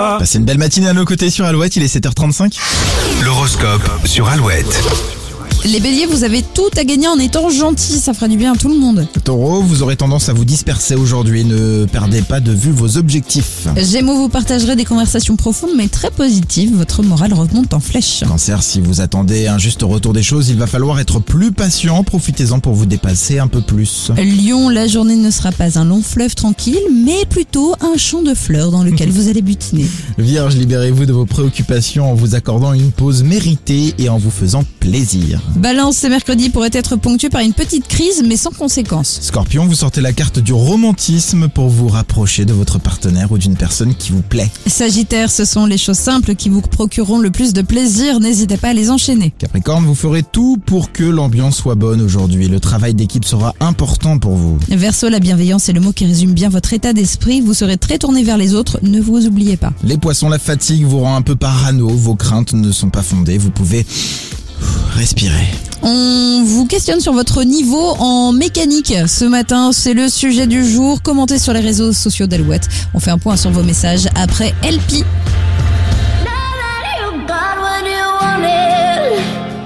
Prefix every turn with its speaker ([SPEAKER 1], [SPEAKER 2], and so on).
[SPEAKER 1] va
[SPEAKER 2] Passez une belle matinée à nos côtés sur Alouette, il est 7h35.
[SPEAKER 3] L'horoscope sur Alouette.
[SPEAKER 4] Les béliers, vous avez tout à gagner en étant gentil, ça fera du bien à tout le monde.
[SPEAKER 2] Taureau, vous aurez tendance à vous disperser aujourd'hui, ne perdez pas de vue vos objectifs.
[SPEAKER 4] Gémeaux, vous partagerez des conversations profondes mais très positives, votre morale remonte en flèche.
[SPEAKER 2] Cancer, si vous attendez un juste retour des choses, il va falloir être plus patient, profitez-en pour vous dépasser un peu plus.
[SPEAKER 4] Lyon, la journée ne sera pas un long fleuve tranquille, mais plutôt un champ de fleurs dans lequel vous allez butiner.
[SPEAKER 2] Vierge, libérez-vous de vos préoccupations en vous accordant une pause méritée et en vous faisant plaisir.
[SPEAKER 4] Balance, ce mercredi pourrait être ponctué par une petite crise mais sans conséquence.
[SPEAKER 2] Scorpion, vous sortez la carte du romantisme pour vous rapprocher de votre partenaire ou d'une personne qui vous plaît.
[SPEAKER 4] Sagittaire, ce sont les choses simples qui vous procureront le plus de plaisir, n'hésitez pas à les enchaîner.
[SPEAKER 2] Capricorne, vous ferez tout pour que l'ambiance soit bonne aujourd'hui. Le travail d'équipe sera important pour vous.
[SPEAKER 4] Verseau, la bienveillance est le mot qui résume bien votre état d'esprit, vous serez très tourné vers les autres, ne vous oubliez pas.
[SPEAKER 2] Les poissons, la fatigue vous rend un peu parano, vos craintes ne sont pas fondées, vous pouvez respirer.
[SPEAKER 4] On vous questionne sur votre niveau en mécanique. Ce matin, c'est le sujet du jour. Commentez sur les réseaux sociaux d'Alouette. On fait un point sur vos messages après LP.